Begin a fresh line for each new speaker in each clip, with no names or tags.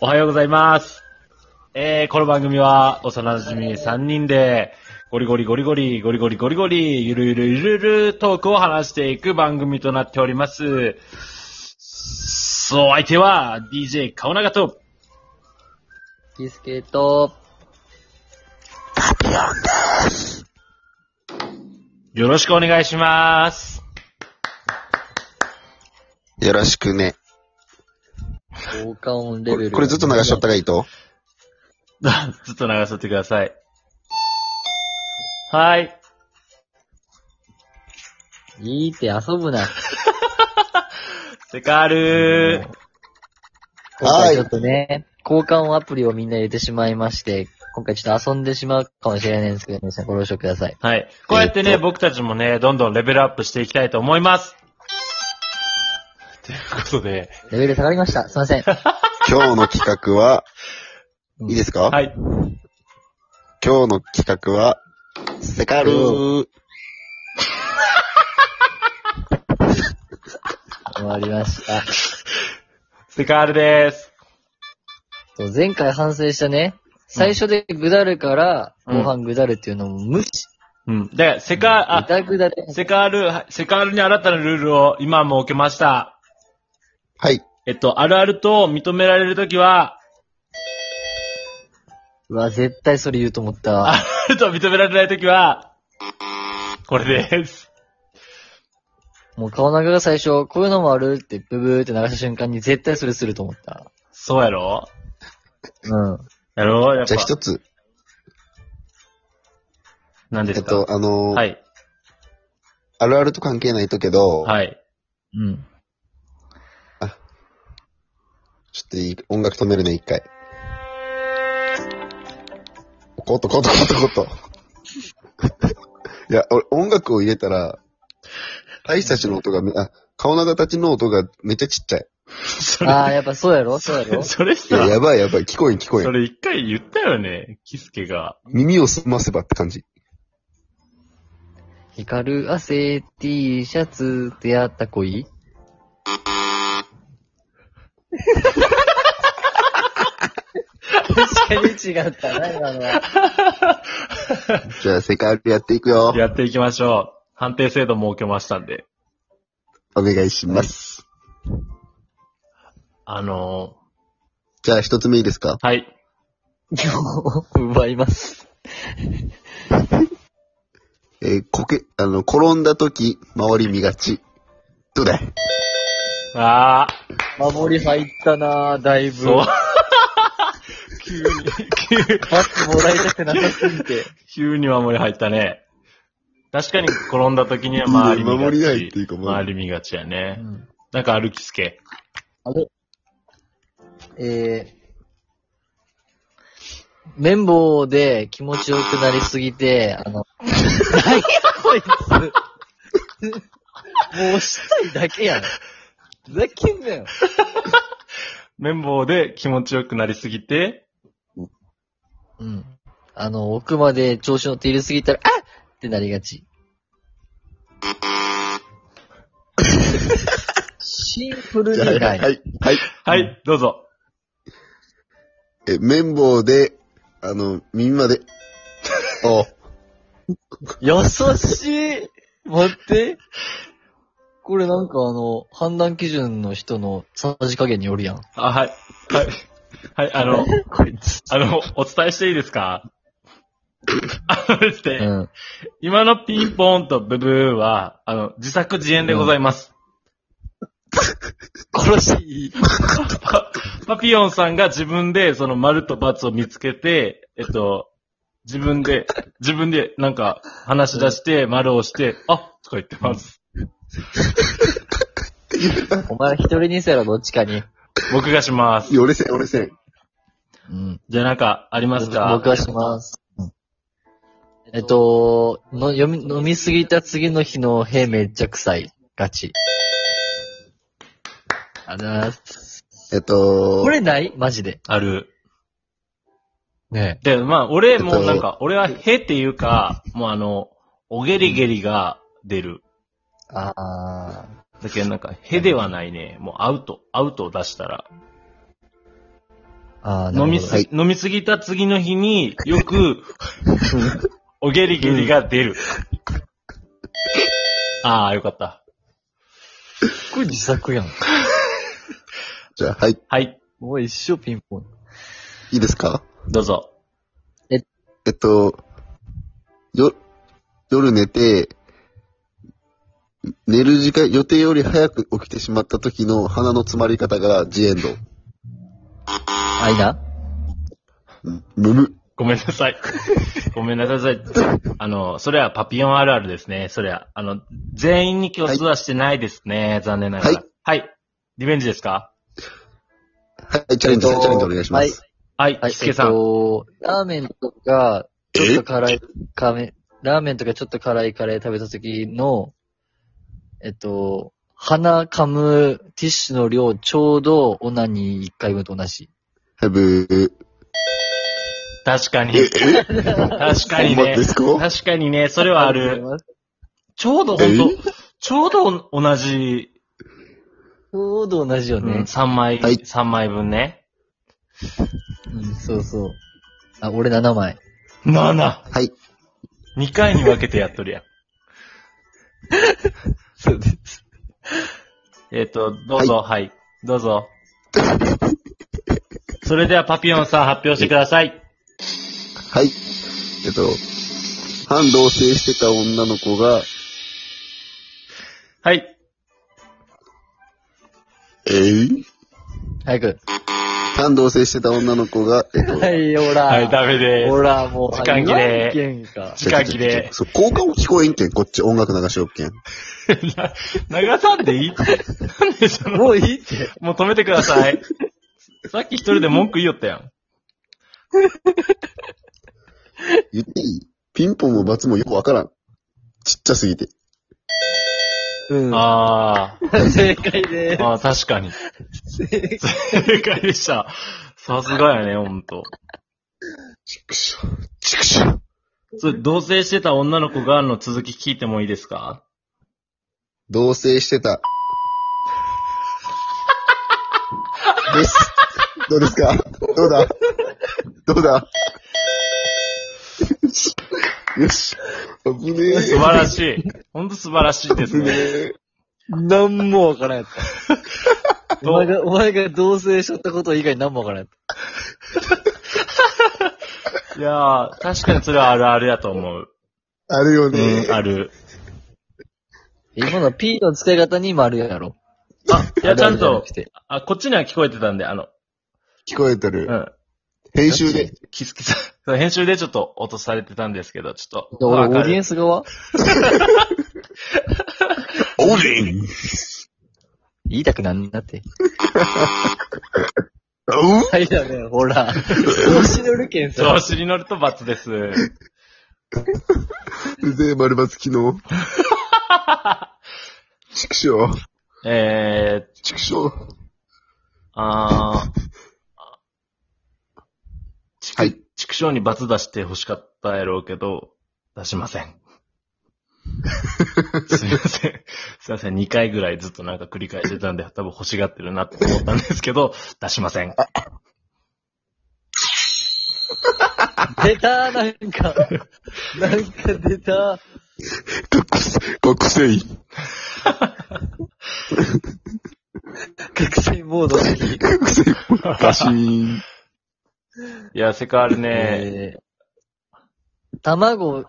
おはようございます。えー、この番組は、幼馴染3人で、ゴリゴリゴリゴリ、ゴリゴリゴリゴリ、ゆるゆるゆるゆるトークを話していく番組となっております。そう、相手は、DJ 顔長と、
キスケと、
よろしくお願いします。
よろしくね。
効果音レ
こ
ベ
れ
ル。
これずっと流しちゃった
か
がいいと
ずっと流させてください。はい。
いいって遊ぶ な。
セカールー。
今回
はい
ちょっとね、交換音アプリをみんな入れてしまいまして、今回ちょっと遊んでしまうかもしれないんですけど、皆さんご了承ください。
はい。こうやってね、
えっと
僕たちもね、どんどんレベルアップしていきたいと思います。ということで、
レベル下がりました。すいません。
今日の企画は、いいですか、
はい。
今日の企画は、セカルー。
終わりました。
セカールです。
そう前回反省したね、最初でぐだるから、
うん
後半ぐだるっていうのも無視。
うん。で、セカ
ぐ
ー、あ、
だぐだで。
セカール、はいセカールに新たなルールを今設けました。
はい。
えっと、あるあると認められるときは、
うわ、絶対それ言うと思ったわ。
あると認められないときは、これです。
もう顔長が最初、こういうのもあるって、ブブーって流した瞬間に絶対それすると思った。
そうやろ
うん。
やろうやっ
じ
ぱ
ゃあ。一つ、
何で
え
す
っ
か
と、あのー
はい。
あるあると関係ないとけど、
はい。
うん。
ちょっといい音楽止めるね、一回。コトコトコトコト。 いや、俺、音楽を入れたら、大たちの音がめ、あ、顔長たちの音がめっちゃちっちゃい。
それ、
ああ、やっぱそうやろそうや ろ
それ
いや、
さ、
やばいやばい、聞こえん聞こえ
そ
ん。
れ一回言ったよね、キスケが。
耳を澄ませばって感じ。
光る汗 T シャツ出会った恋確かに違ったな、今のは。
じゃあ、セカルやっていくよ。
やっていきましょう。判定制度設けましたんで。
お願いします。
あの
じゃあ、一つ目いいですか
ー、はい。
奪います。
えーこけ、あの、転んだ時、周り見がち。どうだい
あー。
守り入ったなだいぶ。
そう。 急に、
バッもらいたくなさすぎて。
急に守り入ったね。確かに転んだ時には周り見がち。
いいね守りないっていうかまあ
周り見がちや
う
ね。
ん、
なんか歩きつけ。
あれえー、綿棒で気持ちよくなりすぎて、あの、何やこいつ。もう押したいだけやん。ふざけんなよ。
綿棒で気持ちよくなりすぎて、
うん。あの、奥まで調子乗って入れすぎたら、あっってなりがち。シンプル
じゃあ
にな。
はいい、はい、はい。
はい、どうぞ。
え、綿棒で、あの、耳まで。お
優しい待って。これなんかあの、判断基準の人のさじ加減によるやん。
あ、はい。はい。はい、あの、
こいつ。
あの、お伝えしていいですかあのです
う
ね、
ん。
今のピンポーンとブブーは、あの、自作自演でございます。
殺し、
パ パピヨンさんが自分で、その丸と×を見つけて、えっと、自分で、自分でなんか話し出して、丸を押して、あとか言ってます。
お前一人にせろ、どっちかに。
僕がします。
よれせん、折れせん。
うん。
じゃあなんか、ありますか
僕はします。うんえっと、の飲み、飲みすぎた次の日の屁めっちゃ臭い。ガチ。ありがとうございます。
えっと、
これないマジで。
ある。
ね
で、まあ、俺もなんか、俺はへっていうか、もうあの、おげりげりが出る。
ああー。
だけどなんか、へではないね。もうアウト、アウトを出したら。
ああ、なるほど
飲みす、
はい
飲みすぎた次の日によく、おげりげりが出る。ああ、よかった。
これ自作やん。
じゃあ、はい。
はい、
もう一生ピンポン。
いいですか
どうぞ。
えっと、よ、夜寝て、寝る時間、予定より早く起きてしまった時の鼻の詰まり方がジエンド。
あ、いいな。
うんむむ。
ごめんなさい。ごめんなさい。あの、それはパピオンあるあるですね。それは、あの、全員に今日数はしてないですね。残念ながら。はい。リベンジですか
はい、チャレンジ、チャレンジお願いしま
はい
す。
はい、
はい、
しすけさ
えっ
ん。
と、ラーメンとか、ちょっと辛い、カメ、ラーメンとかちょっと辛いカレー食べた時の、えっと、鼻噛むティッシュの量、ちょうどオナニー1回分と同じ。
はい、ブー。
確かに。確かに
ほんま
ね
で。すか
確かにね、それはある。。ちょうど本当ちょうど同じ、
ちょうど同じよ
うん、
ね。
3枚、
はい
3枚分ね。
うん、そうそう。あ、俺7枚。
7!2
はい。
回に分けてやっとる やん。
そうです。
えっと、どうぞ、はい、どうぞ。それではパピヨンさん発表してください。
はい。えっと、反同棲してた女の子が、
はい。
えー、
早く。
反同棲してた女の子が、えっと、
はい、ほら。
はい、ダメで
ほ
す。
ら、もう。
時間切れ
言わんけんか。
時間切れ。
そう、交換も聞こえんけん、こっち音楽流しよっけん。
流さんでいいって。なんでその、
もういいって。
もう止めてください。さっき一人で文句言いよったやん。
言っていいピンポンもバツもよくわからん。ちっちゃすぎて。
うん。
あ
正解で
ー、
ー
まあ確かに。
す。正解
正解でした。さすがやね、ほんと。
ちくしょう。ちくしょう。
それ、同棲してた女の子がの続き聞いてもいいですか
同棲してた。です。どうですかどうだどうだよし。よし。危ねえ。
素晴らしい。ほんと素晴らしいです
危ね
ね。
え。
なんもわからんやった。
どう
お前が、お前が同棲しとったこと以外なんもわからんやっ
いやー、確かにそれはあるあるやと思う。
あるよね
うん、。ある。
た。今の P の使い方にもあるやろ。
あ、いや、ちゃん
あるある
と
じ、ゃなくて
あ、こっちには聞こえてたんで、あの、
聞こえて
う
る。
ん。
編集で。
キスキス。 そう編集でちょっと落とされてたんですけど、ちょっと。
俺、
わ
オ
か
ーディエ
る
ンス側
オーディン
言いたくなんなって。
おう
はいだね、ほ ら。調子乗るけん
調
さ。
子に乗ると罰 です。
うぜえ、丸抜きの。ちくしょう。
えー、
ちくしょう。
あー、ち
はい
く、畜生に罰出して欲しかったやろうけど、出しませ ん。すいません。すいません。2回ぐらいずっとなんか繰り返してたんで、多分欲しがってるなって思ったんですけど、出しません。
出たなんか。なんか出た。
学生、学生。
覚醒モードの時
学生。ガシーン。
いや、セカールね、
えー卵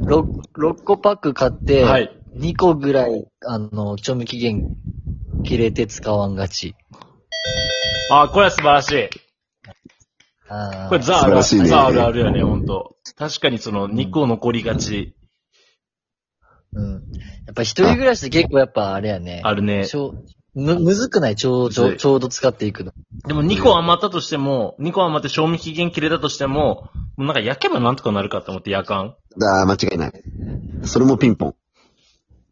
6, 6個パック買って、
はい
2個ぐらい、あの、賞味期限切れて使わんがち。
あ、これは素晴らしい。
あー
これザある、
素晴らしいね
ザあるあるよね、ほんと。確かにその2個残りがち、
うん。やっぱ一人暮らしで結構やっぱあれやね。
あるね
ち。ょうむ、むずくないちょう、ちょ
むず
う、
い
ちょうど使っていくの。
でも2個余ったとしても、2個余って賞味期限切れたとしても、もうなんか焼けばなんとかなるかと思って焼かん。
だー、間違いない。それもピンポン。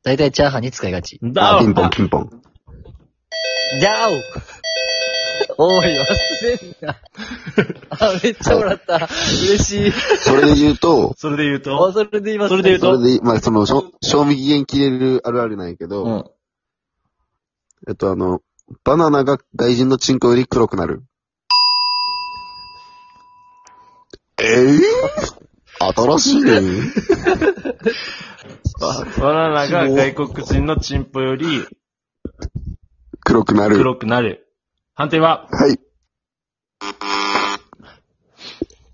だいたいチャーハンに使いがち。
だ
あピンポン、ピンポン。
じゃ おおい、忘れん な。あ、めっちゃもらった。嬉しい。
それで言うと、
それで言う
あ、
と、
それで今
それで言う
そ
と
れで、まあ、その、しょ賞味期限切れるあるあるなんやけど、
うん。
えっと、あの、バナナが外人のチンコより黒くなる。新しい ね。
バナナが外国人のチンポより
黒くなる。
黒くなる。判定は
はい。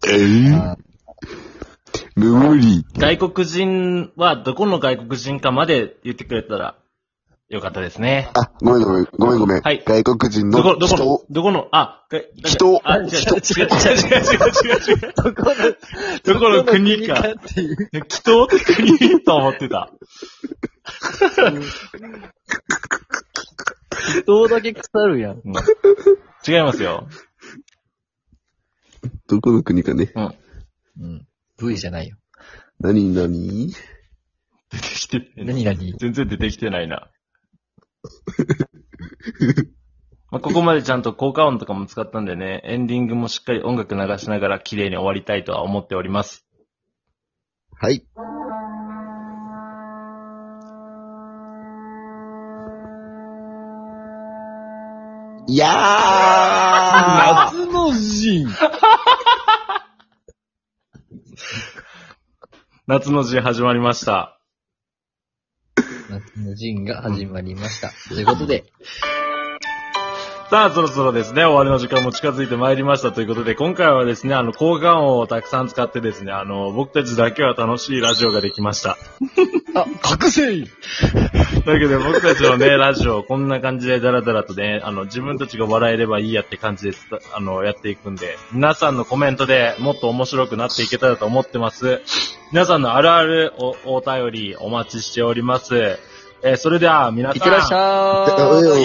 えー、
あ
無理。
外国人はどこの外国人かまで言ってくれたらよかったですね。
あ、ごめんごめん、ごめんごめん。
はい
外国人
ど
の
こ、どこの
人、
どこの、あ、が
人
あ、違う違う違う違う違う違う違う。
どこ
どこの国か。
っていう。
祈祷って国と思ってた。
どうだけ腐るやん。
違いますよ。
どこの国かね。
うん。V じゃないよ。
何何
出てきてない
何々。
全然出てきてない な。まあここまでちゃんと効果音とかも使ったんでね、エンディングもしっかり音楽流しながら綺麗に終わりたいとは思っております。
はい。いやー
夏の陣
夏の字始まりました。
夏の陣が始まりました。ということで、
さあ、そろそろですね、終わりの時間も近づいてまいりましたということで、今回はですね、あの、効果音をたくさん使ってですね、あの、僕たちだけは楽しいラジオができました。
あ、覚醒
だけど僕たちの ね、ラジオ、こんな感じでダラダラとね、あの、自分たちが笑えればいいやって感じです。あの、やっていくんで、皆さんのコメントでもっと面白くなっていけたらと思ってます。皆さんのあるあるお、お便りお待ちしております。えーそれでは皆さん。
いってらっしゃーい。
うん